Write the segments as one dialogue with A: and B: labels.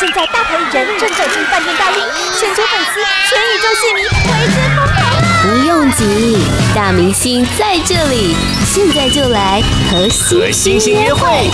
A: 现在大牌艺人正走进饭店大厅，全球粉丝、全宇宙戏迷为之疯狂啊！
B: 不用急，大明星在这里，现在就来和
C: 和
B: 星星
C: 星星
B: 约
C: 约会
B: 会。。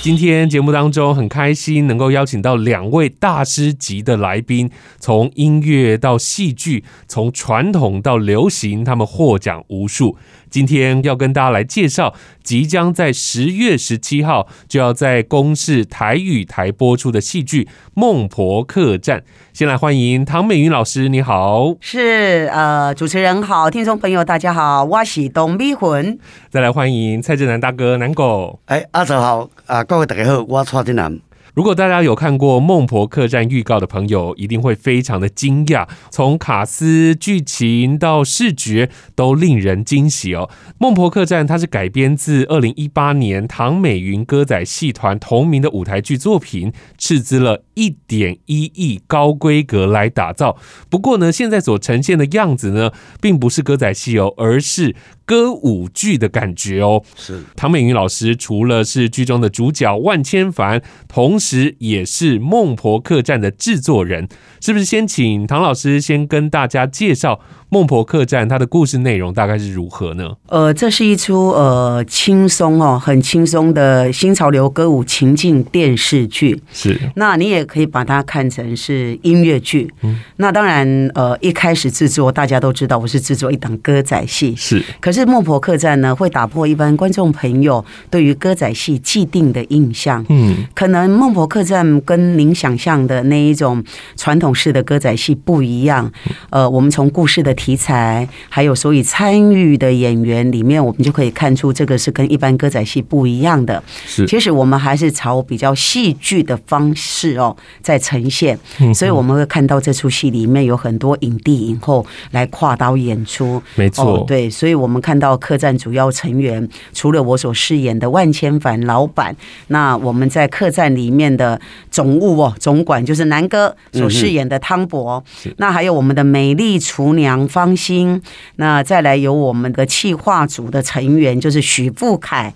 C: 今天节目当中很开心能够邀请到两位大师级的来宾，从音乐到戏剧，从传统到流行，他们获奖无数。今天要跟大家来介绍，即将在十月十七号就要在公视台语台播出的戏剧《孟婆客栈》。先来欢迎唐美云老师，你好。
D: 是呃，主持人好，听众朋友大家好，我是董碧魂。
C: 再来欢迎蔡正南大哥南狗。
E: 哎，阿泽好啊，各位大家好，我蔡振南。
C: 如果大家有看过《孟婆客栈》预告的朋友，一定会非常的惊讶，从卡斯、剧情到视觉都令人惊喜哦。《孟婆客栈》它是改编自二零一八年唐美云歌仔戏团同名的舞台剧作品，斥资了一点一亿高规格来打造。不过呢，现在所呈现的样子呢，并不是歌仔戏哦，而是歌舞剧的感觉哦。
E: 是
C: 唐美云老师除了是剧中的主角万千帆，同时也是《孟婆客栈》的制作人。是不是先请唐老师先跟大家介绍《孟婆客栈》它的故事内容大概是如何呢？
D: 呃，这是一出呃轻松哦，很轻松的新潮流歌舞情境电视剧。
C: 是
D: 那你也可以把它看成是音乐剧。那当然，呃，一开始制作大家都知道，我是制作一档歌仔戏。
C: 是
D: 可是《孟婆客栈》呢，会打破一般观众朋友对于歌仔戏既定的印象。
C: 嗯
D: 可能孟婆客栈跟您想象的那一种传统式的歌仔戏不一样。
C: 嗯
D: 呃，我们从故事的题材，还有所以参与的演员里面，我们就可以看出这个是跟一般歌仔戏不一样的。
C: 是
D: 其实我们还是朝比较戏剧的方式哦在呈现，
C: 嗯
D: 所以我们会看到这出戏里面有很多影帝影后来跨刀演出。
C: 没错
D: 哦，对，所以我们看到客栈主要成员，除了我所饰演的万千帆老板，那我们在客栈里面的总务哦，总管就是南哥所饰演的汤博，那还有我们的美丽厨娘方心，那再来有我们的企划组的成员就是许富凯，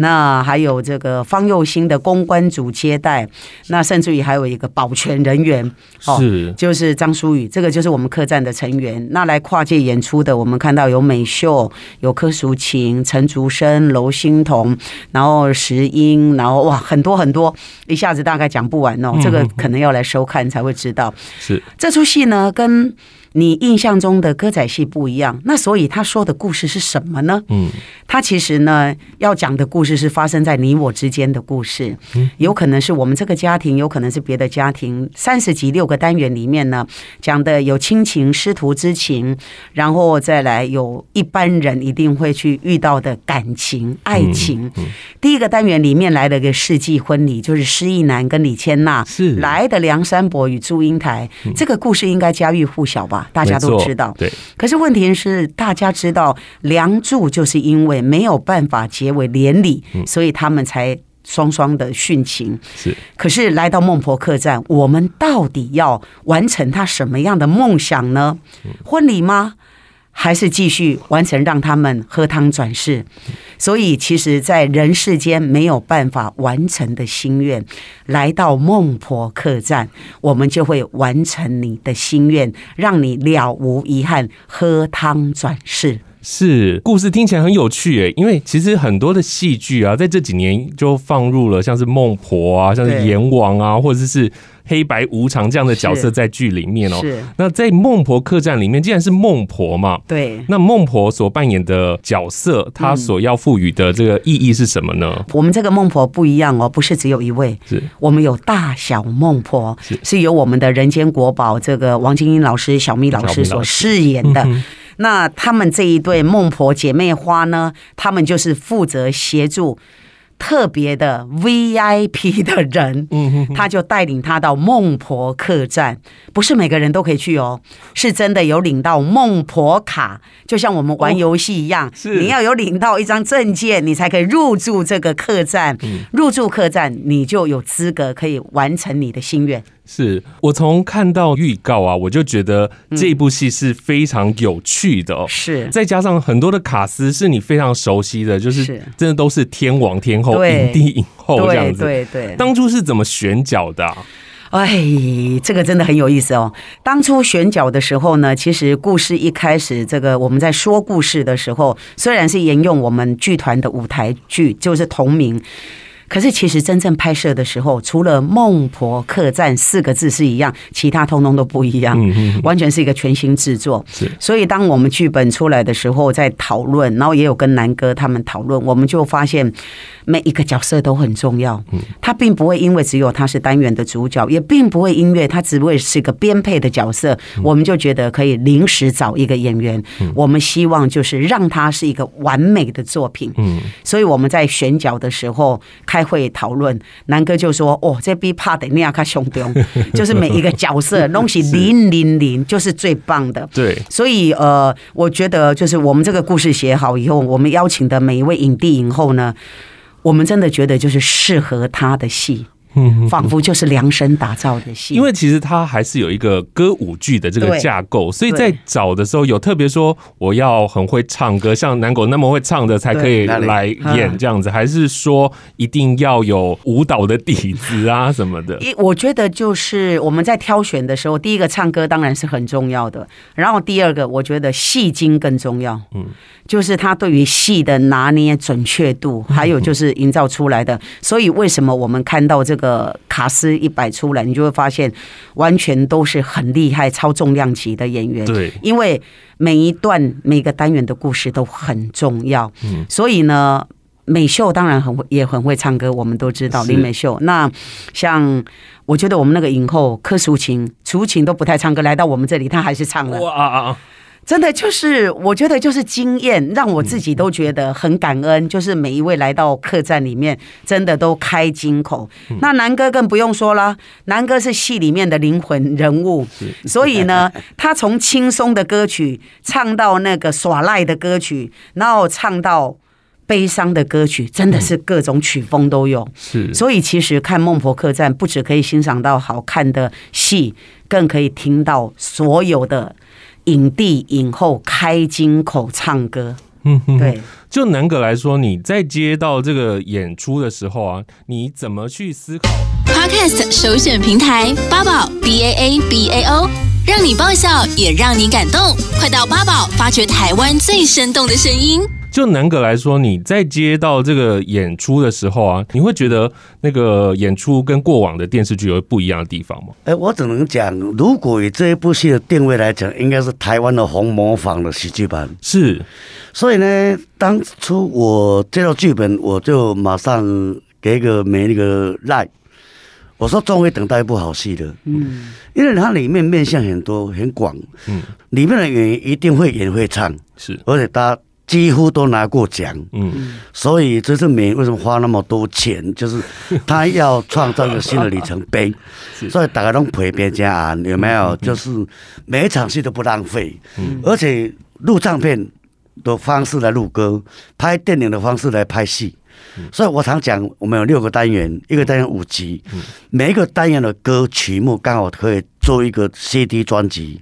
D: 那还有这个方佑兴的公关组接待，那甚至于还有一个保全人员，哦
C: 是
D: 就是张淑宇，这个就是我们客栈的成员。那来跨界演出的，我们看到有美秀、有柯淑琴、陈竹生、娄欣彤，然后石英，然后哇，很多很多，一下子大概讲不完哦。这个可能要来收看才会知道。
C: 是
D: 这出戏呢，跟你印象中的歌仔戏不一样。那所以他说的故事是什么呢？
C: 嗯
D: 他其实呢要讲的故事是发生在你我之间的故事，有可能是我们这个家庭，有可能是别的家庭。三十集六个单元里面呢，讲的有亲情、师徒之情，然后再来有一般人一定会去遇到的感情、爱情。第一个单元里面来了个世纪婚礼，就是施意男跟李千娜
C: 是嗯
D: 来的梁山伯与祝英台，这个故事应该家喻户晓吧？大家都
C: 没错
D: 知道。
C: 对
D: 可是问题是，大家知道《梁祝》就是因为没有办法结为连理，
C: 嗯
D: 所以他们才双双的殉情。
C: 是
D: 可是来到孟婆客栈，我们到底要完成他什么样的梦想呢？婚礼吗？还是继续完成让他们喝汤转世？所以，其实，在人世间没有办法完成的心愿，来到孟婆客栈，我们就会完成你的心愿，让你了无遗憾，喝汤转世。
C: 是，故事听起来很有趣诶，因为其实很多的戏剧啊，在这几年就放入了像是孟婆啊，像是
D: 对
C: 阎王啊，或者是黑白无常这样的角色
D: 是
C: 在剧里面哦。
D: 是
C: 那在孟婆客栈里面，既然是孟婆嘛，
D: 对。
C: 那孟婆所扮演的角色，她所要赋予的这个意义是什么呢？
D: 我们这个孟婆不一样哦，不是只有一位，
C: 是
D: 我们有大小孟婆，
C: 是
D: 由我们的人间国宝这个王晶英老师、小咪老
C: 小咪老
D: 师
C: 师
D: 所饰演的。
C: 嗯
D: 那他们这一对孟婆姐妹花呢，他们就是负责协助。特别的 VIP 的人，嗯，他就带领他到孟婆客栈，不是每个人都可以去哦，是真的有领到孟婆卡，就像我们玩游戏一样，
C: 是
D: 你要有领到一张证件，你才可以入
C: 嗯
D: 住这个客栈。入住客栈，你就有资格可以完成你的心愿。
C: 是我从看到预告啊，我就觉得这部戏是非常有趣的哦。
D: 是
C: 再加上很多的卡司是你非常熟悉的，就是
D: 是
C: 真的都是天王天后、
D: 对
C: 影帝影后哦这样
D: 对
C: 子。
D: 对对。
C: 当初是怎么选角的、啊？
D: 哎，这个真的很有意思哦。当初选角的时候呢，其实故事一开始，这个我们在说故事的时候，虽然是沿用我们剧团的舞台剧，就是同名。可是，其实真正拍摄的时候，除了“孟婆客栈”四个字是一样，其他通通都不一样，完全是一个全新制作。
C: 是
D: 所以当我们剧本出来的时候，在讨论，然后也有跟南哥他们讨论，我们就发现每一个角色都很重要。他并不会因为只有他是单元的主角，也并不会因为他只会是一个编配的角色，我们就觉得可以临时找一个演员。我们希望就是让他是一个完美的作品。
C: 嗯，
D: 所以我们在选角的时候开会讨论，南哥就说：“哦，这比帕德尼亚卡凶中，就是每一个角色东西零零零，就是最棒的。”
C: 对，
D: 所以呃，我觉得就是我们这个故事写好以后，我们邀请的每一位影帝影后呢，我们真的觉得就是适合他的戏，
C: 嗯，
D: 仿佛就是量身打造的戏。
C: 因为其实它还是有一个歌舞剧的这个
D: 对
C: 架构，所以在
D: 对
C: 找的时候有特别说我要很会唱歌，像南狗那么会唱的才可以
E: 对那里
C: 来
D: 嗯
C: 演这样子，还是说一定要有舞蹈的底子啊 什么的？
D: 一，我觉得就是我们在挑选的时候，第一个唱歌当然是很重要的，然后第二个我觉得戏精更重要，嗯，就是他对于戏的拿捏准确度，还有就是营造出来的。所以为什么我们看到这个卡斯一摆出来，你就会发现完全都是很厉害、超重量级的演员，
C: 对
D: 因为每一段每个单元的故事都很重要，嗯，所以呢。美秀当然很会，也很会唱歌，我们都知道
C: 是
D: 林美秀。那像我觉得我们那个影后柯淑琴，淑琴都不太唱歌，来到我们这里她还是唱了，
C: 哇啊啊！
D: 真的就是我觉得就是经验，让我自己都觉得很感恩。就是每一位来到客栈里面，真的都开金口。那南哥更不用说了，南哥是戏里面的灵魂人物，所以呢， 他从轻松的歌曲唱到那个耍赖的歌曲，然后唱到。悲伤的歌曲真的是各种曲风都有，
C: 是
D: 所以其实看《孟婆客栈》不只可以欣赏到好看的戏，更可以听到所有的影帝影后开金口唱歌。
C: 嗯哼，
D: 对，
C: 就南哥来说，你在接到这个演出的时候啊，你怎么去思考？
B: Podcast 首选平台八宝 B A A B A O，让你爆笑也让你感动。快到八宝发掘台湾最生动的声音。
C: 就南哥来说，你在接到这个演出的时候啊，你会觉得那个演出跟过往的电视剧有不一样的地方吗？
E: 哎，我只能讲，如果以这一部戏的定位来讲，应该是台湾的红模仿的喜剧版。
C: 是，
E: 所以呢，当初我接到剧本，我就马上给一个没那个赖，我说终于等到一部好戏了。
D: 嗯，
E: 因为它里面面向很多很广，
C: 嗯，
E: 里面的演员一定会演会唱，
C: 是，
E: 而且他几乎都拿过奖，
C: 嗯，
E: 所以这次美为什么花那么多钱，就是他要创造一个新的里程碑，所以大家都陪别人啊，有没有？就是每一场戏都不浪费，而且录唱片的方式来录歌，拍电影的方式来拍戏。所以我常讲，我们有六个单元，一个单元五集，每一个单元的歌曲目刚好可以做一个 CD 专辑，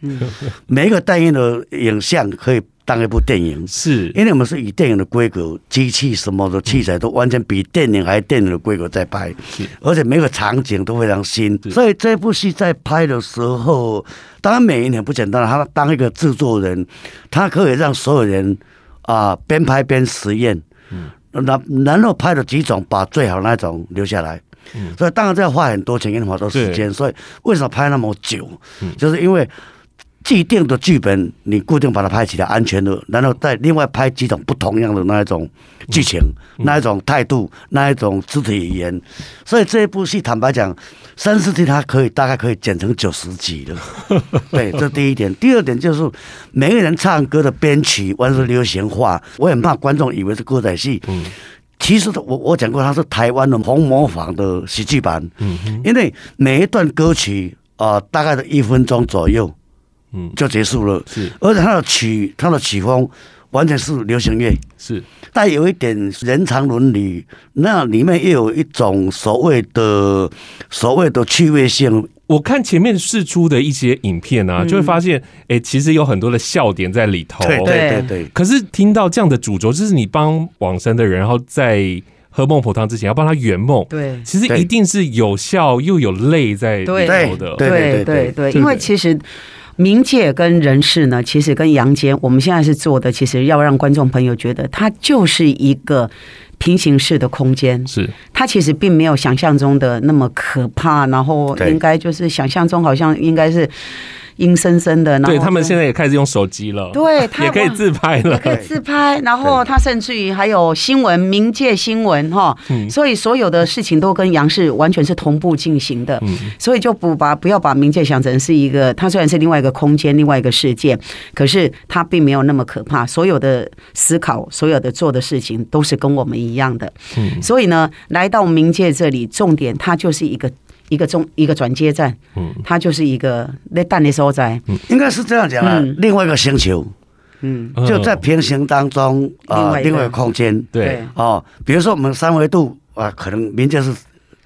E: 每一个单元的影像可以当一部电影。
C: 是，
E: 因为我们是以电影的规格，机器什么的器材都完全比电影还电影的规格在拍，而且每个场景都非常新，所以这部戏在拍的时候，当然每一年不简单，他当一个制作人，他可以让所有人啊边、拍边实验，然然后拍了几种，把最好那种留下来。所以当然这要花很多钱，跟花很多时间，所以为什么拍那么久？就是因为既定的剧本，你固定把它拍起来安全的，然后再另外拍几种不同样的那一种剧情、那一种态度、那一种肢体语言。所以这一部戏，坦白讲，三十集它可以大概可以剪成九十集了。对，这第一点。第二点就是每个人唱歌的编曲，完全是流行化。我很怕观众以为是歌仔戏。其实我我讲过，它是台湾的红模仿的喜剧版，
C: 嗯
E: 因为每一段歌曲啊、呃大概的一分钟左右，
C: 嗯
E: 就结束了。
C: 是，
E: 而且它的曲，它的曲风，完全是流行乐，
C: 是
E: 带有一点人常伦理，那里面又有一种所谓的所谓的趣味性。
C: 我看前面试出的一些影片啊，就会发现，哎、其实有很多的笑点在里头。
E: 嗯对对对
D: 对
E: 对，
C: 可是听到这样的主轴，就是你帮往生的人，然后在喝孟婆汤之前要帮他圆梦，
D: 对
C: 其实
E: 对
C: 一定是有笑又有泪在里
D: 对
C: 头的。
E: 对对
D: 对
E: 对
D: 对
C: 对
D: 因为其实。冥界跟人世呢，其实跟阳间，我们现在是做的，其实要让观众朋友觉得它就是一个平行式的空间，
C: 是
D: 它其实并没有想象中的那么可怕，然后
E: 对
D: 应该就是想象中好像应该是阴森森的，然后
C: 对他们
D: 就
C: 现在也开始用手机了，
D: 对他
C: 也可以
D: 哇
C: 自拍了。
D: 可以自拍，然后他甚至于还有新闻、冥界新闻哈，所以所有的事情都跟杨氏完全是同步进行的，所以就不把不要把冥界想成是一个，它虽然是另外一个空间、另外一个世界，可是它并没有那么可怕。所有的思考、所有的做的事情都是跟我们一样的，所以呢，来到冥界这里，重点它就是一个。一个中一个转接站，它就是一个那蛋的所在，
E: 应该是这样讲啊。
D: 嗯
E: 另外一个星球
D: 嗯，
C: 嗯
E: 就在平行当中啊、
D: 另外一个
E: 另外一个空间
C: 对，
E: 哦，比如说我们三维度啊、可能民间是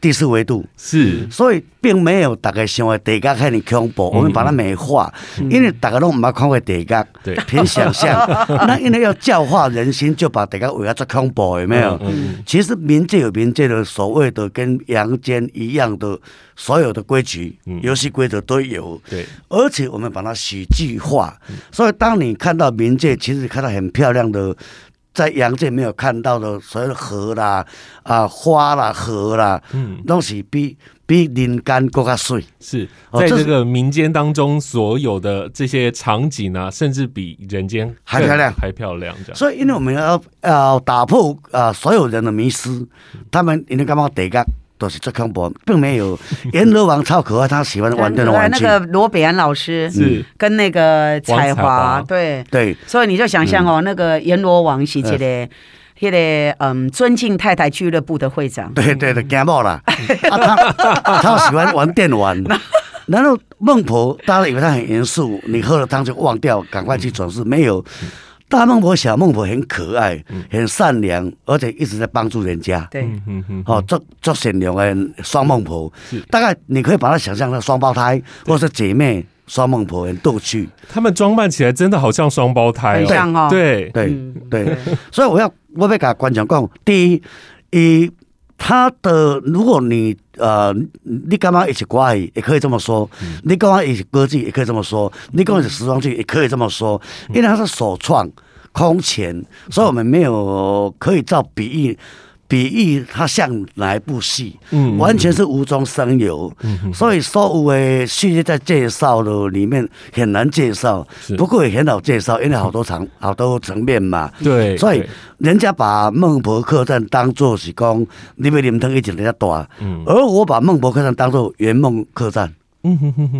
E: 第四维度，
C: 是
E: 所以并没有大家想的地角遐尼恐怖，我们把它美化，因为大家都唔捌看过地角，
C: 对
E: 凭想象。那因为要教化人心，就把地角伪啊做恐怖，有没有？其实民界有民界的所谓的跟阳间一样的所有的规矩、游戏规则都有，
C: 对，
E: 而且我们把它喜剧化，所以当你看到冥界，其实看到很漂亮的，在阳界没有看到的所有的河啦、啊花啦、河啦，嗯，拢是比比人间更加水。
C: 是，
E: 哦
C: 在
E: 这
C: 这
E: 是
C: 个民间当中，所有的这些场景啊，甚至比人间
E: 还
C: 更
E: 漂亮
C: 还漂亮这样。
E: 所以，因为我们要要打破啊、呃所有人的迷失，他们因为感觉地角都是最恐怖，并没有阎罗王超可爱，他喜欢玩这种 玩
D: 那
E: 具，嗯
D: 个罗北安老师
C: 是
D: 跟那个彩
C: 王彩华
D: 华，对，
E: 对。
D: 所以你就想象
E: 嗯
D: 哦，那个阎罗王是这个。迄个嗯，尊敬太太俱乐部的会长，
E: 对对对，感冒啦。啊，他 他喜欢玩电 玩，然后孟婆大家以为他很严肃，你喝了汤就忘掉，赶快去转世，没有。
D: 嗯
E: 大孟婆、小孟婆很可爱，很善良，而且一直在帮助人家。
D: 对，
C: 嗯哼，
E: 哦，做做善良的双孟婆，大概你可以把它想象成双胞胎或是姐妹双孟婆，很逗趣。
C: 他们装扮起来真的好像双胞胎
D: 很
C: 哦。
D: 像哦，
C: 对，
E: 对、
D: 嗯
E: 对，所以我要我要甲观众讲，第一，伊他的如果你呃，你干嘛一起怪，也可以这么说；
C: 嗯
E: 你干嘛一起歌剧，也可以这么说；你干嘛是时装剧，也可以这么说，
C: 嗯
E: 因为它是首创空前，所以我们没有可以照比喻。比喻它像哪一部戏，
C: 嗯
E: 完全是无中生有，所以所有的系列在介绍的里面很难介绍
C: 是，
E: 不过也很好介绍，因为好多层好多层面嘛。
C: 对，
E: 所以
C: 对
E: 人家把孟婆客栈当做是讲你要啉汤一直人家大，
C: 嗯
E: 而我把孟婆客栈当做圆梦客栈。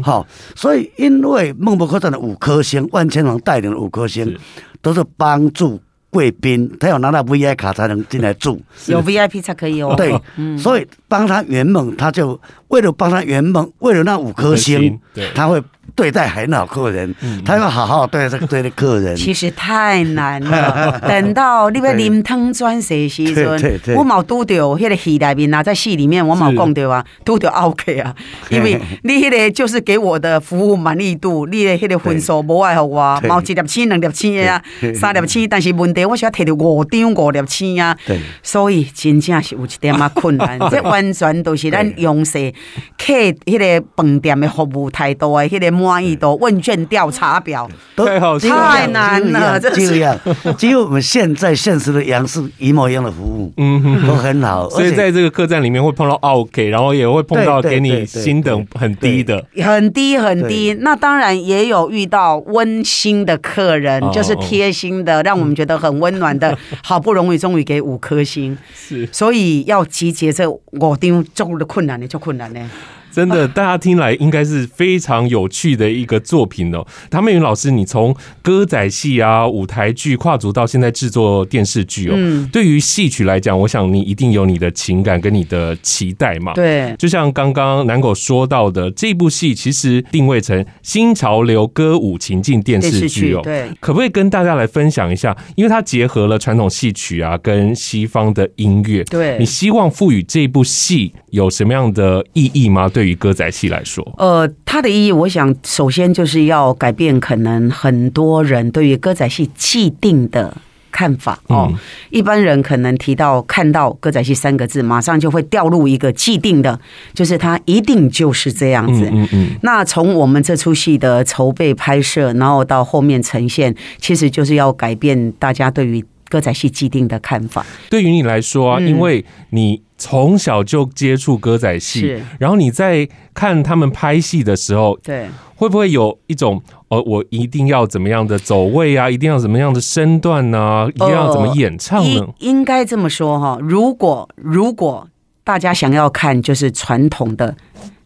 E: 好，所以因为孟婆客栈的五颗星，万千王带领的五颗星
C: 是，
E: 都是帮助贵宾，他要拿到 VI 卡才能进来住。
D: 有 VIP 才可以哦。
E: 对，所以帮他圆梦，他就为了帮他圆梦，为了那五颗
C: 五颗
E: 星
C: 星对，嗯
E: 他会对待很好客人，他要好好对待这个对待客人。
D: 其实太难 了。等到你要淋汤转水时
E: 对对对
D: 阵，我冇拄着迄个戏内面啊，在戏里面我冇讲对吧？拄着 OK 啊，因为你迄个就是给我的服务满意度，你的迄个分数无爱互我，
E: 对
D: 冇一粒星、两粒星的啊
E: 对，
D: 三粒星，但是问题我想要摕到五张五粒星啊
E: 对，
D: 所以真正是有一点啊困 难，这完全都是咱用势客迄个饭店的服务态度的迄个满意度问卷调查表。
E: 都
C: 太好笑
D: 了太难了
E: 只有一样，只有一 样只有我们现在现实的羊是一模一样的服务，嗯，都很好，
C: 所
E: 而
C: 以
E: 且
C: 在这个客栈里面会碰到 OK，然后也会碰到
E: 对对
C: 给
E: 对
C: 你
E: 对
C: 薪等很低的，
D: 很低很低，那当然也有遇到温馨的客人，
C: 哦
D: 就是贴心的，让我们觉得很温暖 的，好不容易终于给五颗星，
C: 是
D: 所以要集结这五张足的困难的，就困难呢。
C: 真的，大家听来应该是非常有趣的一个作品哦。唐美云老师，你从歌仔戏啊、舞台剧跨足到现在制作电视剧哦，对于戏曲来讲，我想你一定有你的情感跟你的期待嘛。
D: 对，
C: 就像刚刚南狗说到的，这部戏其实定位成新潮流歌舞情境电视剧哦。
D: 电视剧对
C: 可不可以跟大家来分享一下？因为它结合了传统戏曲啊，跟西方的音乐。
D: 对
C: 你希望赋予这部戏有什么样的意义吗？对于歌仔戏来说，
D: 呃，它的意义，我想首先就是要改变可能很多人对于歌仔戏既定的。看法哦
C: 嗯，
D: 一般人可能提到看到歌仔戏三个字，马上就会掉入一个既定的，就是它一定就是这样子。
C: 嗯嗯，
D: 那从我们这出戏的筹备、拍摄，然后到后面呈现，其实就是要改变大家对于歌仔戏既定的看法。
C: 对于你来说
D: 嗯
C: 啊，因为你从小就接触歌仔戏
D: 是，
C: 然后你在看他们拍戏的时候，
D: 对，
C: 会不会有一种呃，我一定要怎么样的走位啊，一定要怎么样的身段呢、一定要怎么演唱呢
D: 呃应？应该这么说哈、如果如果大家想要看就是传统的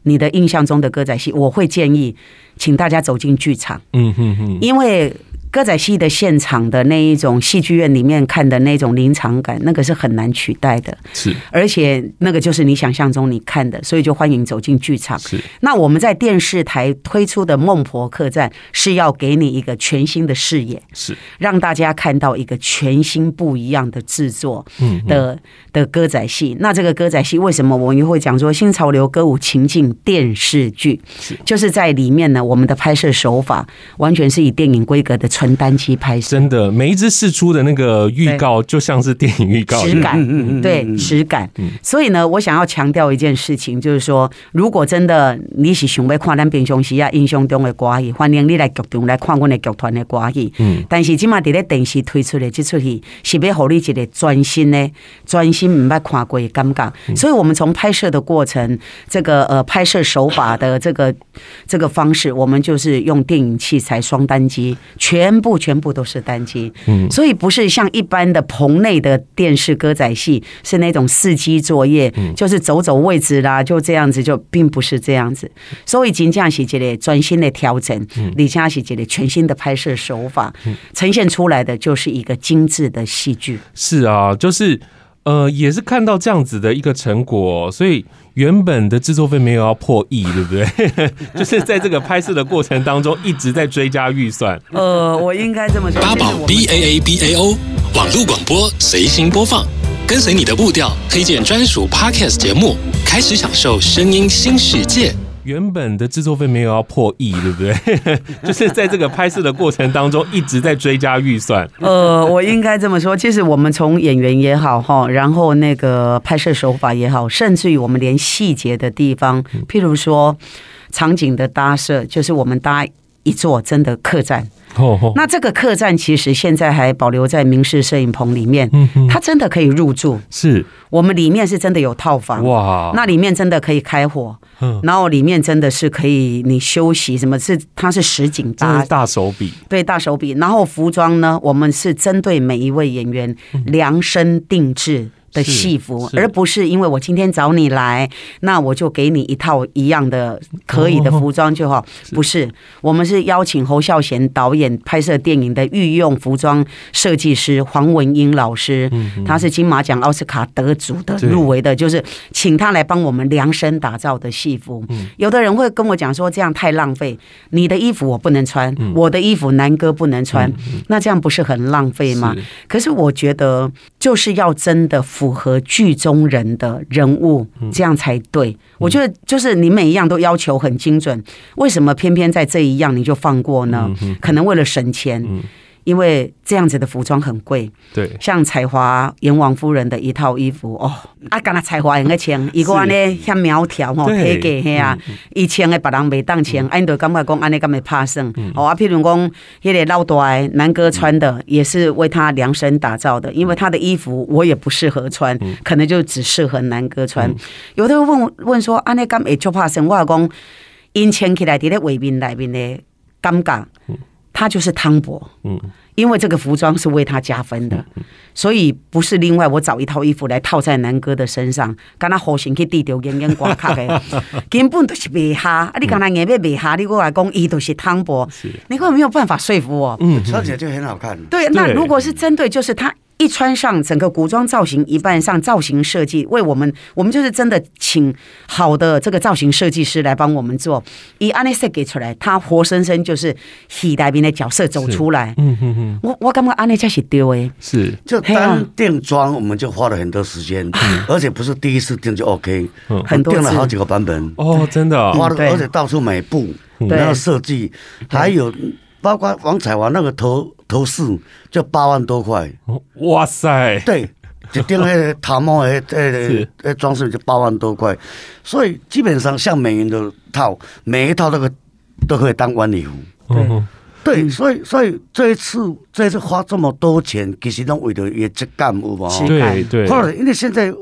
D: 你的印象中的歌仔戏，我会建议请大家走进剧场，
C: 嗯哼哼，
D: 因为。歌仔戏的现场的那一种戏剧院里面看的那种临场感，那个是很难取代的。
C: 是
D: 而且那个就是你想象中你看的，所以就欢迎走进剧场。
C: 是，
D: 那我们在电视台推出的《孟婆客栈》是要给你一个全新的视野，
C: 是，
D: 让大家看到一个全新不一样的制作
C: 嗯嗯
D: 的的歌仔戏。那这个歌仔戏为什么我们又会讲说新潮流歌舞情境电视剧？就是在里面呢，我们的拍摄手法完全是以电影规格的纯单机拍摄。
C: 真的，每一支试出的那个预告就像是电影预告嗯一
D: 质
C: 样，
D: 感，对质感。
C: 嗯
D: 所以呢，我想要强调一件事情，就是说，如果真的你是想要看咱平常时啊印象中的歌戏，欢迎你来剧场来看阮的剧团的歌戏。
C: 嗯
D: 但是即马伫咧电视推出的这出戏，是要互你一个全新的、全新毋捌看过的感觉。
C: 嗯
D: 所以我们从拍摄的过程，这个呃拍摄手法的这个这个方式，我们就是用电影器材双单机，全部全部都是单机。
C: 嗯
D: 所以不是像一般的棚内的电视歌仔戏，是那种伺机作业，
F: 嗯
D: 就是走走位置啦，就这样子，就并不是这样子。所以金匠是一个专心的调整，
F: 嗯
D: 李佳是一个全新的拍摄手法，呈现出来的就是一个精致的戏剧。
C: 是啊，就是呃，也是看到这样子的一个成果，所以原本的制作费没有要破亿，对不对？ 就是在这个拍摄的过程当中一直在追加预算，
D: 呃，我应该这么说
F: 八宝 B A A B A O 网络广播随心播放，跟随你的步调，推荐专属 Podcast 节目，开始享受声音新世界。
C: 原本的制作费没有要破亿，对不对？ 就是在这个拍摄的过程当中一直在追加预算。
D: 呃，我应该这么说，其实我们从演员也好哈，然后那个拍摄手法也好，甚至于我们连细节的地方，
C: 嗯
D: 譬如说场景的搭设，就是我们搭。一座真的客栈，
C: 吼吼
D: 那这个客栈其实现在还保留在明式摄影棚里面，
C: 嗯哼，
D: 它真的可以入住。
C: 是
D: 我们里面是真的有套房，
C: 哇，
D: 那里面真的可以开火，
C: 嗯
D: 然后里面真的是可以你休息，什么是它是实景
C: 真的
D: 搭
C: 是大手笔，
D: 对，大手笔。然后服装呢，我们是针对每一位演员量身定制。的
C: 是
D: 戏服，
C: 嗯是
D: 而不是因为我今天找你来，那我就给你一套一样的可以的服装就
C: 哦
D: 好。不是，我们是邀请侯孝贤导演拍摄电影的御用服装设计师黄文英老师，
C: 嗯
D: 他是金马奖、奥斯卡得主的
C: 对
D: 入围的，就是请他来帮我们量身打造的戏服。有的人会跟我讲说，这样太浪费，你的衣服我不能穿，我的衣服南哥不能穿，那这样不是很浪费吗
C: 是？
D: 可是我觉得就是要真的符合剧中人的人物，这样才对。我觉得就是你每一样都要求很精准，为什么偏偏在这一样你就放过呢？可能为了省钱。因为这样子的服装很贵，
C: 对，
D: 像彩华阎王夫人的一套衣服哦，啊，敢若彩华用个穿，伊个安尼遐苗条吼，
C: 对嗯
D: 体格遐啊，伊穿的别人袂当穿，啊，因就感觉讲安尼敢会拍算。
C: 嗯
D: 哦啊，譬如讲，迄个老大的南哥穿的也是为他量身打造
C: 嗯
D: 的，因为他的衣服我也不适合穿，可能就只适合南哥
C: 嗯
D: 穿。有的人问我问说，安尼敢会就拍算？我讲，因穿起来伫咧画面内面的感觉，他就是汤博。
C: 嗯，
D: 因为这个服装是为他加分的，所以不是另外我找一套衣服来套在南哥的身上，跟他弧形去地丢眼眼光卡的，根本都是卖哈。啊，你刚才硬要卖哈，你跟我来讲，伊都是汤博，你根本没有办法说服我。
C: 嗯
E: 穿起来就很好看。
D: 对，那
C: 对
D: 如果是针对，就是他一穿上整个古装造型一半上造型设计，为我们，我们就是真的请好的这个造型设计师来帮我们做，以安内设计出来，他活生生就是戏台边的角色走出来。
C: 嗯哼哼，
D: 我我感觉安内才是对的，
C: 是
E: 就
D: 嘿啊
E: 单定妆，我们就花了很多时间，
C: 嗯
E: 而且不是第一次定就 OK，我
D: 很多
E: 定了
D: 次
E: 好几个版本，
C: 哦，真的哦
E: 花了
D: 对
E: 而且到处买布，
D: 对
E: 然后设计，还有包括王彩华那个头头饰就八万多块，
C: 哇塞，
E: 对，就定那个塔 帽的呃
C: 是
E: 呃装饰就八万多块，所以基本上像美元的套，每一套那个都可以当晚礼服。
C: 嗯
E: 对，所以所以这一次这一次花这么多钱，其实都为了也质感有无？
D: 是
C: 对嗯对，
E: 或者因为现在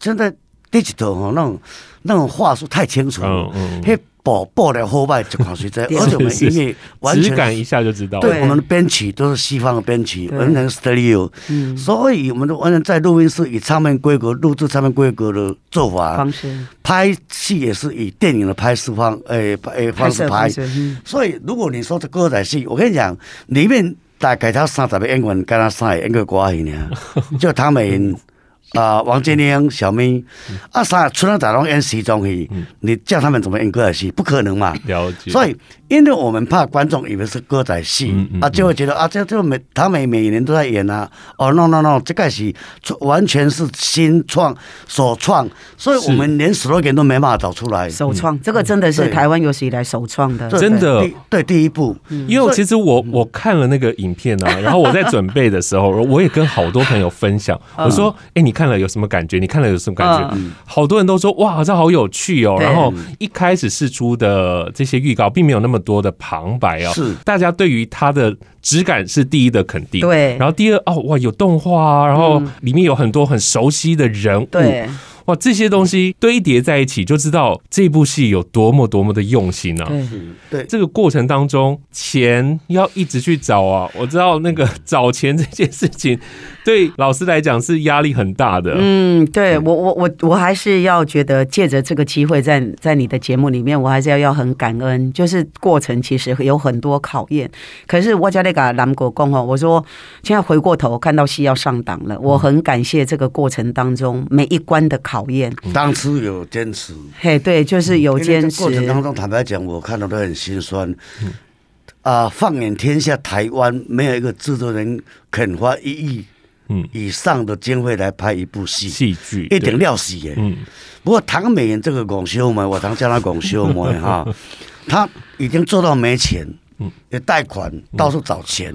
E: 现在 digital 哈那种那种话术太清楚了
C: 嗯，嗯
E: 嘿、宝宝的后半就看谁在，
D: 对
E: 而且我们
C: 是是
E: 音乐完
C: 质感一
E: 全。
C: 下就知道了，
E: 对，我们的编曲都是西方的编曲，
D: 对嗯
E: 完全 stereo，、所以我们都完全在录音室以唱片规格录制唱片规格的做法
D: 方，
C: 啊嗯
D: 式
E: 拍戏也是以电影的拍摄方，诶、诶、
D: 拍
E: 方式
D: 摄
E: 拍
D: 方。式，嗯
E: 所以如果你说这歌仔戏，我跟你讲，里面大概他三十个演员，跟他三个演个歌戏 呢，就汤美云啊、王金英、小咪，啊，三个除了大龙演西装戏，
D: 嗯
E: 你叫他们怎么演歌仔戏？不可能嘛。
C: 了解，
E: 所以，因为我们怕观众以为是歌仔戏、
C: 嗯嗯
E: 啊，就会觉得啊，这这每他每每年都在演啊，哦，no no no，这个是完全是新创首创，所以我们连 slogan 都没办法找出来。
D: 首创，这个真的是
E: 对
D: 台湾有史以来首创的，
E: 这
C: 嗯真的
E: 第对第一步，
C: 嗯因为其实我
D: 嗯
C: 我看了那个影片啊， 然后我在准备的时候， 我也跟好多朋友分享，
D: 嗯
C: 我说：“哎、你看了有什么感觉？你看了有什么感觉？”好多人都说：“哇，这好有趣哦！”
D: 对
C: 然后一开始试出的这些预告并没有那么多的旁白哦，
E: 是
C: 大家对于它的质感是第一的肯定，
D: 对嗯
C: 然后第二哦哇有动画啊，然后里面有很多很熟悉的人物，
D: 对。
C: 哇这些东西堆叠在一起，就知道这部戏有多么多么的用心啊！
D: 对，
E: 对。
C: 这个过程当中，钱要一直去找啊。 我知道那个找钱这件事情，对老师来讲是压力很大的。
D: 嗯，对我我我我还是要觉得借着这个机会在，在你的节目里面，我还是要要很感恩。就是过程其实有很多考验，可是我家那个南国公哦，我说现在回过头看到戏要上档了，
E: 嗯
D: 我很感谢这个过程当中每一关的考验。
E: 当初有坚持，
D: 嘿，对，就是有
E: 嗯因为
D: 坚
E: 这
D: 持
E: 过，程当中，坦白讲，我看到都很心酸。啊、放眼天下台湾，没有一个制作人肯花一亿
C: 嗯
E: 以上的经费来拍一部戏，
C: 戏剧
E: 一定料死耶。
C: 嗯，
E: 不过唐美云这个广修嘛，我常叫她广修嘛哈，她已经做到没钱，也贷款，到处找钱。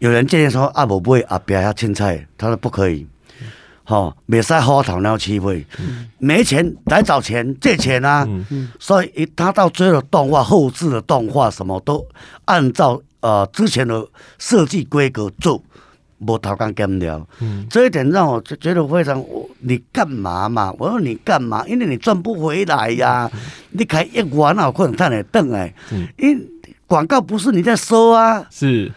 E: 有人建议说啊，无买阿伯遐青菜，他说不可以，吼、袂哦使好讨尿气味，没钱来找钱借钱啊，所以一他到最后的动画后置的动画什么都按照呃之前的设计规格做，无头干干了，这一点让我就觉得非常，我你干嘛嘛？我说你干嘛？因为你赚不回来呀、你开一万啊，可能赚得等哎，因广告不是你在收啊。
C: 是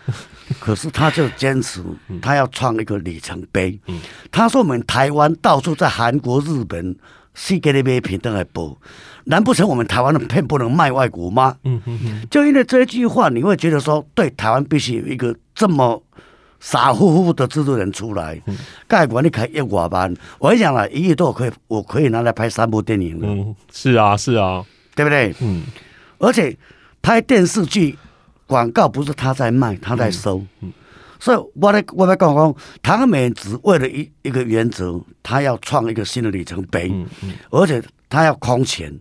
E: 可是他就坚持，他要创一个里程碑。
C: 嗯
E: 他说我们台湾到处在韩国、日本，世界那边平等来播，难不成我们台湾的片不能卖外国吗？
C: 嗯哼哼，
E: 就因为这一句话，你会觉得说，对台湾必须有一个这么傻乎乎的制作人出来。
C: 嗯
E: 盖管你开一瓦班，我跟你讲了，一亿多我可以，我可以拿来拍三部电影了，
C: 嗯，是啊，是啊，
E: 对不对？
C: 嗯，
E: 而且拍电视剧广告不是他在卖，他在收。所以我在我在讲讲，唐美只为了一一个原则，他要创一个新的里程碑，而且他要空前。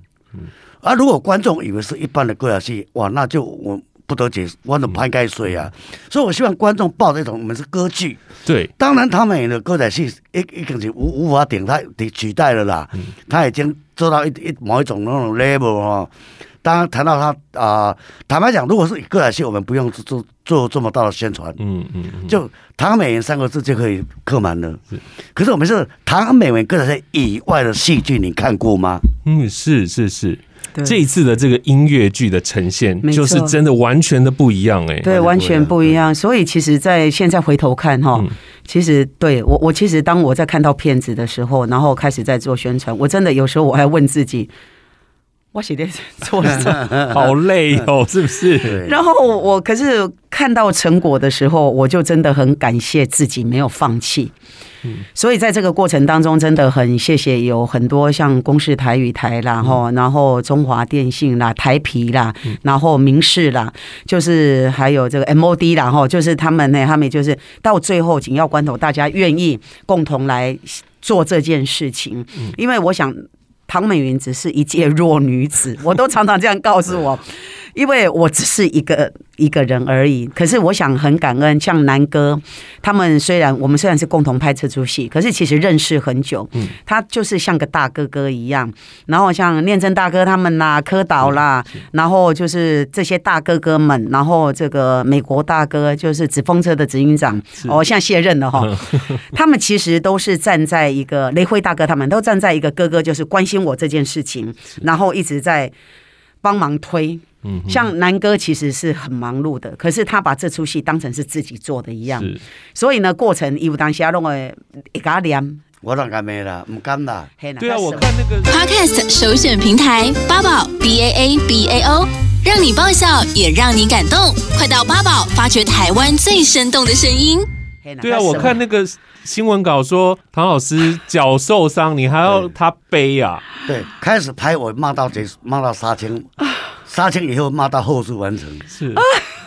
E: 啊，如果观众以为是一般的歌仔戏，哇，那就我不得解，我怎么拍该水啊？所以我希望观众抱着一种我们是歌剧，
C: 对，
E: 当然，他们的歌仔戏一一定是无无法顶代顶取代了啦。
C: 嗯
E: 他已经做到一一某一种那种 level 哦。当然，谈到他啊、坦白讲，如果是歌仔戏，我们不用做做这么大的宣传，
C: 嗯嗯嗯，
E: 就“唐美云”三个字就可以刻满了。可是我们是唐美云歌仔戏以外的戏剧，你看过吗？
C: 嗯是是是，
D: 对
C: 这一次的这个音乐剧的呈现，
D: 没错
C: 就是真的完全的不一样哎、
D: 对，嗯完全不一样。所以其实，在现在回头看哈，其实对我，我其实当我在看到片子的时候，然后开始在做宣传，我真的有时候我还问自己，我写的做了什么？
C: 好累哦，是不是？
E: 对，
D: 然后我可是看到成果的时候，我就真的很感谢自己没有放弃。所以在这个过程当中，真的很谢谢有很多像公视台语台啦，吼、然后中华电信啦、台皮啦，然后明视啦，就是还有这个 MOD 啦，吼，就是他们呢，他们就是到最后紧要关头，大家愿意共同来做这件事情，因为我想。唐美云只是一介弱女子，我都常常这样告诉我，因为我只是一个一个人而已。可是我想很感恩，像南哥他们，虽然我们虽然是共同拍这出戏，可是其实认识很久，他就是像个大哥哥一样。然后像念真大哥他们啦、柯导啦，然后就是这些大哥哥们，然后这个美国大哥就是纸风车的执行长，哦，现在卸任了哈。他们其实都是站在一个雷辉大哥，他们都站在一个哥哥，就是关心我这件事情，然后一直在帮忙推。嗯，像南哥其实是很忙碌的，可是他把这出戏当成是自己做的一样，
C: 是
D: 所以呢，过程伊有当啊下弄个一家念，
E: 我哪敢没啦，唔敢啦。
D: 嘿啦
C: 对啊，
D: 那
C: 我
D: 什么
C: 看那个
B: Podcast 首选平台八宝 B A A B A O，让你爆笑也让你感动，快到八宝发掘台湾最生动的声音。
D: 嘿啦
C: 对啊，
D: 那什么
C: 我看那个新闻稿说唐老师脚受伤，你还要他背啊？
E: 对，开始拍我骂到结束，骂到杀青，杀青以后骂到后续完成，
C: 是，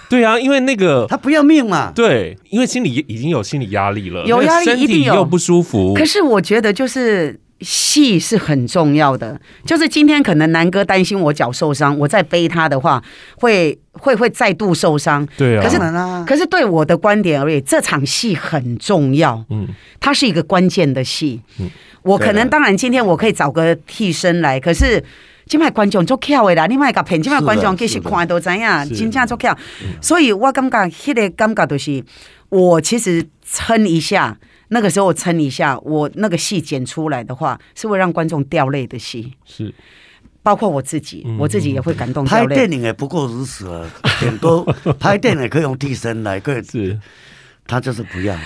C: 对啊，因为那个
E: 他不要命嘛。
C: 对，因为心里已经有心理压力了，
D: 有
C: 那个
D: 压力
C: 身
D: 一定
C: 体
D: 有
C: 又不舒服，
D: 可是我觉得就是。戏是很重要的，就是今天可能南哥担心我脚受伤，我再背他的话，会会会再度受伤。
C: 对啊，
D: 可是
E: 当然啦，
D: 可是对我的观点而言，这场戏很重要，
C: 嗯，
D: 它是一个关键的戏。我可
E: 对
D: 能
E: 啦
D: 当然今天我可以找个替身来，可是。今摆观众足巧的啦，你莫甲骗，今摆观众其实
E: 是的
D: 看都知影，
C: 是嗯
D: 真正足巧。所以我感觉迄、个感觉就是，我其实撑一下，那个时候我撑一下，我那个戏剪出来的话，是会让观众掉泪的戏，
C: 是
D: 包括我自
C: 嗯
D: 己，我自己也会感动掉
E: 拍
D: 泪
E: 电。影也不过如此啊，很多拍电影可以用替身来，可以
C: 是，
E: 他就是不要。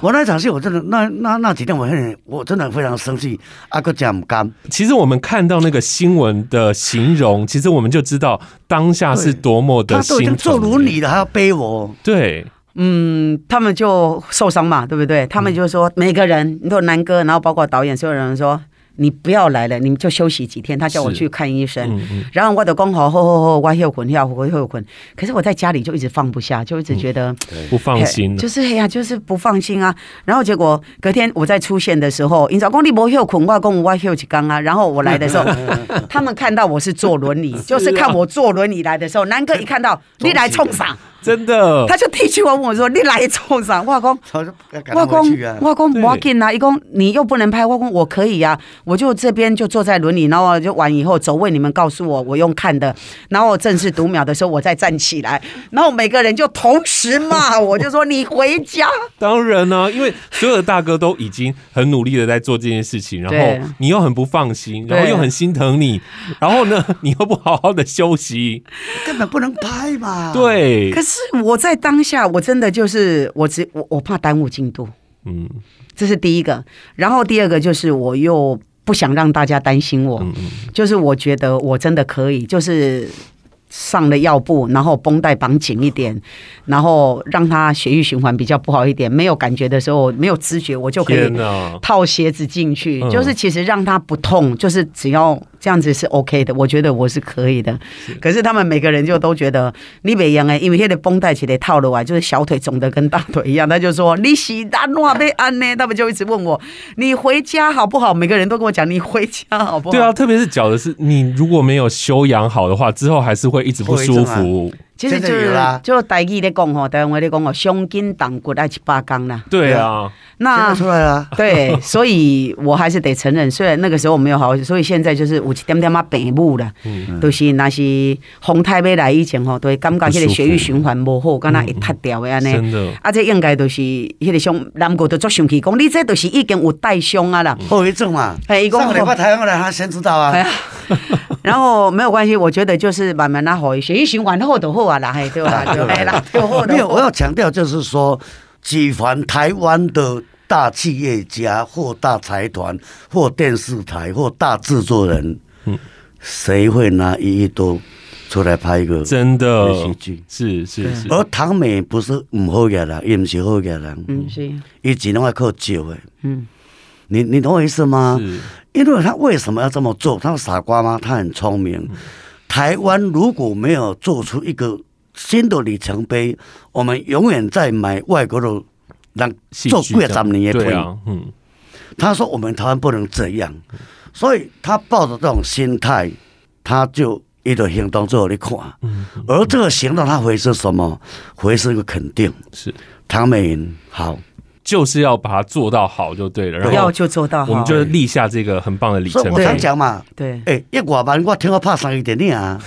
E: 我那场戏，我真的那那那几天，我很我真的非常生气，阿哥讲不甘，
C: 其实我们看到那个新闻的形容，其实我们就知道当下是多么的
E: 他都已
C: 心
E: 经
C: 疼
E: 做如你了，还要背我，
C: 对，
D: 嗯，他们就受伤嘛，对不对？他们就说每个人，你说南哥，然后包括导演，所有人说你不要来了，你们就休息几天。他叫我
C: 是
D: 去看医生，
C: 嗯嗯，
D: 然后我的工好后后后，我休困要我休困。可是我在家里就一直放不下，就一直觉得、
C: 不放心
D: 嘿，就是哎呀，就是不放心啊。然后结果隔天我再出现的时候，你老公你没休困，我公我休一刚啊。然后我来的时候，他们看到我是坐轮椅，就是看我坐轮椅来的时候，南哥一看到你来冲啥，
C: 真的，
D: 他就提起我问我说你来冲啥，我公。
E: 他就要赶
D: 我
E: 他回
D: 讲
E: 去啊，。
D: 我讲
C: 对
D: 不要紧啊，伊讲你又不能拍，我讲我可以啊，我就这边就坐在轮椅，然后就完以后走位，你们告诉我，我用看的，然后正式读秒的时候我再站起来，然后每个人就同时骂我，就说你回家，
C: 当然呢、因为所有的大哥都已经很努力的在做这件事情，然
D: 对
C: 后你又很不放心，然后
D: 对
C: 又很心疼你，然后呢，你又不好好的休息，
E: 根本不能拍嘛。，
D: 啊
C: 对
D: 可，是我在当下我真的就是我只我我怕耽误进度，
C: 嗯
D: 这是第一个，然后第二个就是我又不想让大家担心我，
C: 嗯嗯，
D: 就是我觉得我真的可以，就是上了药布，然后绷带绑紧一点，然后让它血液循环比较不好一点，没有感觉的时候，没有知觉，我就可以
C: 天哪，
D: 套鞋子进去，
C: 嗯
D: 就是其实让它不痛，就是只要这样子是 OK 的，我觉得我是可以的。可是他们每个人就都觉得你别样哎，因为那个绷带起来套了啊，就是小腿肿的跟大腿一样，他就说你洗大诺被安呢，他们就一直问我你回家好不好？每个人都跟我讲你回家好不好？
C: 对啊，，特别是脚的是，你如果没有修养好的话，之后还是会一直不舒服。
D: 其实就
E: 真的
D: 是
E: 有啦
D: 就台语咧讲吼，台湾话咧讲吼，胸筋挡骨爱一百公啦。
C: 对啊，
E: 现在
D: 那。
E: 出来了
D: 对，所以我还是得承认，虽然那个时候我没有好好，所以现在就是有一点点啊病母啦，
C: 嗯
D: 都、是那是风太要来以前吼，都会感觉迄个血液循环无好，敢若会塌掉的安尼。
C: 真的
D: 啊，这应该就是迄个伤，南国都足生气，讲你这都是已经有带伤啊啦。
C: 嗯
E: 后遗症嘛，
D: 哎他说
E: 上个礼拜台湾过来，他先知道啊
D: 哎，呀然后没有关系，我觉得就是慢慢拉好，血液循环后的后啊啦，嘿， 对 吧？对吧？啦，对后
E: 没有，我
D: 的。
E: 要强调就是说，举凡台湾的大企业家或大财团或电视台或大制作人，
C: 嗯
E: 谁会拿一亿多出来拍一个？
C: 真的
E: 连续剧
C: 是
D: 啊
C: 是是，
E: 而唐美不是唔好嘅人，也唔是好嘅人，
D: 嗯，是，
E: 伊只能够靠酒诶。
D: 嗯，
E: 你你懂我意思吗？
C: 是
E: 因为他为什么要这么做？他是傻瓜吗？他很聪明。
C: 嗯
E: 台湾如果没有做出一个新的里程碑，我们永远在买外国的人
C: 戏
E: 做
C: 剧
E: 贵
C: 这样
E: 咱们也不
C: 对啊，嗯，
E: 他说我们台湾不能这样，所以他抱着这种心态，他就一种行动做你看，
C: 嗯
E: 而这个行动他回是什么？回是一个肯定。
C: 是
E: 唐美云好，
C: 就是要把它做到好就对了，然
D: 啊要
C: 后
D: 就做到
C: 我们
D: 好。
C: 就立下这个很棒的里
E: 所以
C: 程
E: 我常
C: 碑。
E: 讲嘛，
D: 对，
E: 哎、一外万我听我拍三个电影啊，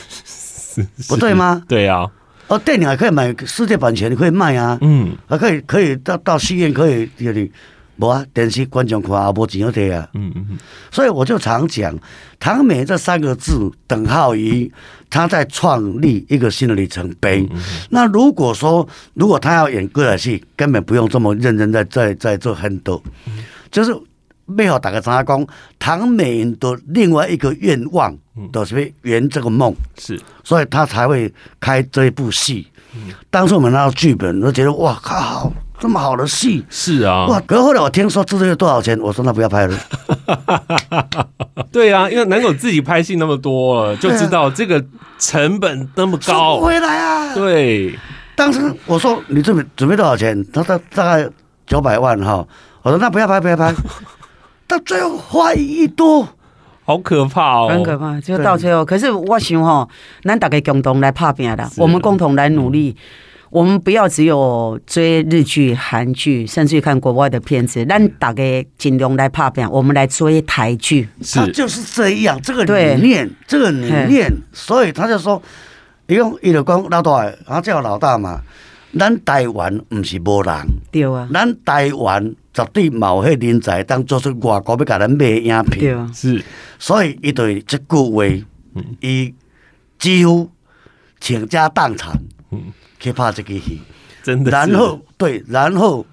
E: 不对吗？
C: 对啊，
E: 哦，电影还可以买世界版权，可以卖啊，
C: 嗯，
E: 还可以可以到到戏院可以就是，无啊，电视观众看也无钱要摕啊。
C: 嗯嗯嗯，
E: 所以我就常讲，唐美这三个字等号于他在创立一个新的里程碑。那如果说，如果他要演歌仔戏，根本不用这么认真在在在做奋斗，就是背后打个杂工。唐美的另外一个愿望，就是圆这个梦，
C: 是
E: 所以他才会开这一部戏。当时我们拿到剧本，都觉得哇靠，这么好的戏，
C: 是啊，
E: 哇！可是后来我听说制作费多少钱，我说那不要拍了。
C: 对啊，因为南狗自己拍戏那么多了，就知道这个成本那么
E: 啊收 不
C: 高。
E: 回来啊！，
C: 对，
E: 当时我说你准备准备多少钱？他说大概九百万哈。我说那不要拍，不要 拍。到最后花一亿多，
C: 好可怕哦，
D: 很可怕，就到最后。可是我想吼，咱大家共同来打拼啦，
C: 是啊嗯
D: 我们共同来努力。我们不要只有追日剧、韩剧，甚至于看国外的片子，
C: 嗯
D: 咱大家尽量来打拼，我们来追台剧。
E: 他
C: 是
E: 就是这样，这个
D: 对
E: 理念，这个理念，所以他就说，伊讲伊就讲老大，他叫老大嘛。咱台湾毋是无人，
D: 对啊，
E: 咱台湾绝对嘛有迄人才，当做出外国要甲咱买的影
D: 对
E: 片。
D: 啊，
C: 是
E: 所以伊对即句话，伊几乎倾家荡产去拍即支戏，
C: 真的是。啊
E: 然后对，然后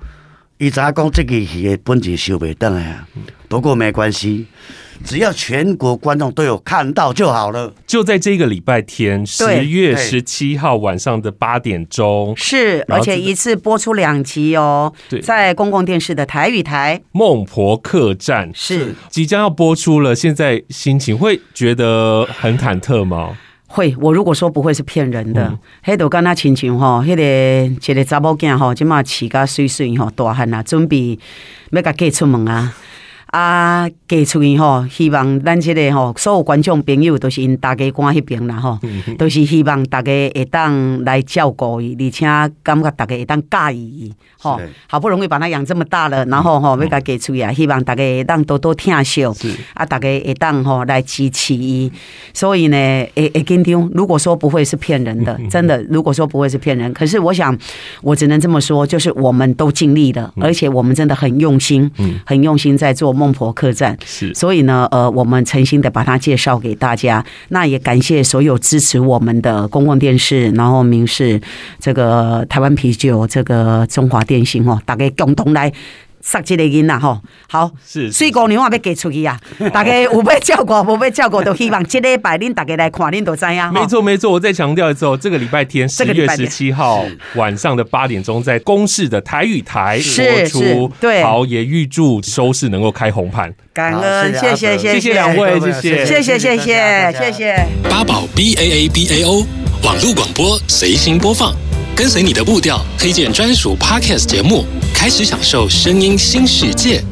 E: 伊知影讲即支戏的本钱收袂回来啊，不过没关系，只要全国观众都有看到就好了。
C: 就在这个礼拜天，十
D: 对
C: 月十
E: 对
C: 七号晚上的八点钟，
D: 是，
C: 然
D: 而
C: 后
D: 且
C: 这个
D: 一次播出两集哦
C: 对，
D: 在公共电视的台语台
C: 孟婆客栈
D: 是
C: 即将要播出了，现在心情会觉得很忐忑吗？
D: 会，我如果说不会是骗人的，迄度敢若亲像吼，迄、个一个查某囝吼，即马饲甲水水吼，大汉啊，准备要甲嫁出门啊。啊，嫁出去吼，希望咱即、个吼，所有观众朋友都是因大家官迄边啦吼，都是希望大家会当来照顾伊，而且感觉大家会当介意伊吼
E: 是。
D: 好不容易把他养这么大了，然后吼、要甲嫁出去啊，希望大家会当多多疼惜，啊，大家会当吼来支持伊。所以呢，会会紧张。如果说不会是骗人的，真的，如果说不会是骗人，可是我想，我只能这么说，就是我们都尽力了，而且我们真的很用心，很用心在做孟婆客栈。
C: 是
D: 所以呢，呃，我们诚心的把它介绍给大家。那也感谢所有支持我们的公共电视，然后民视、这个台湾啤酒、这个中华电信哦，大家共同来。杀这个囡仔吼，好，
C: 是是
D: 水姑娘我要嫁出去啊！大家有要照顾，无要照顾，都希望这礼拜恁大家来看，恁都知影。
C: 没，错，没错，我再强调一次哦，这个礼拜天十
D: 啊这个
C: 月
D: 礼拜
C: 十
D: 天
C: 七号晚上的八点钟，在公视的台语台播
D: 是
C: 出
D: 是。对
C: 好，也预祝收视能够开红盘。
D: 感
E: 好
D: 恩，谢谢，
E: 阿德
C: 谢谢两位谢
D: 谢谢，谢谢，
E: 大家
D: 谢谢。
F: 八宝 B A A B A O 网络广播随心播放，跟随你的步调，推荐专属 Podcast 节目，开始享受声音新世界。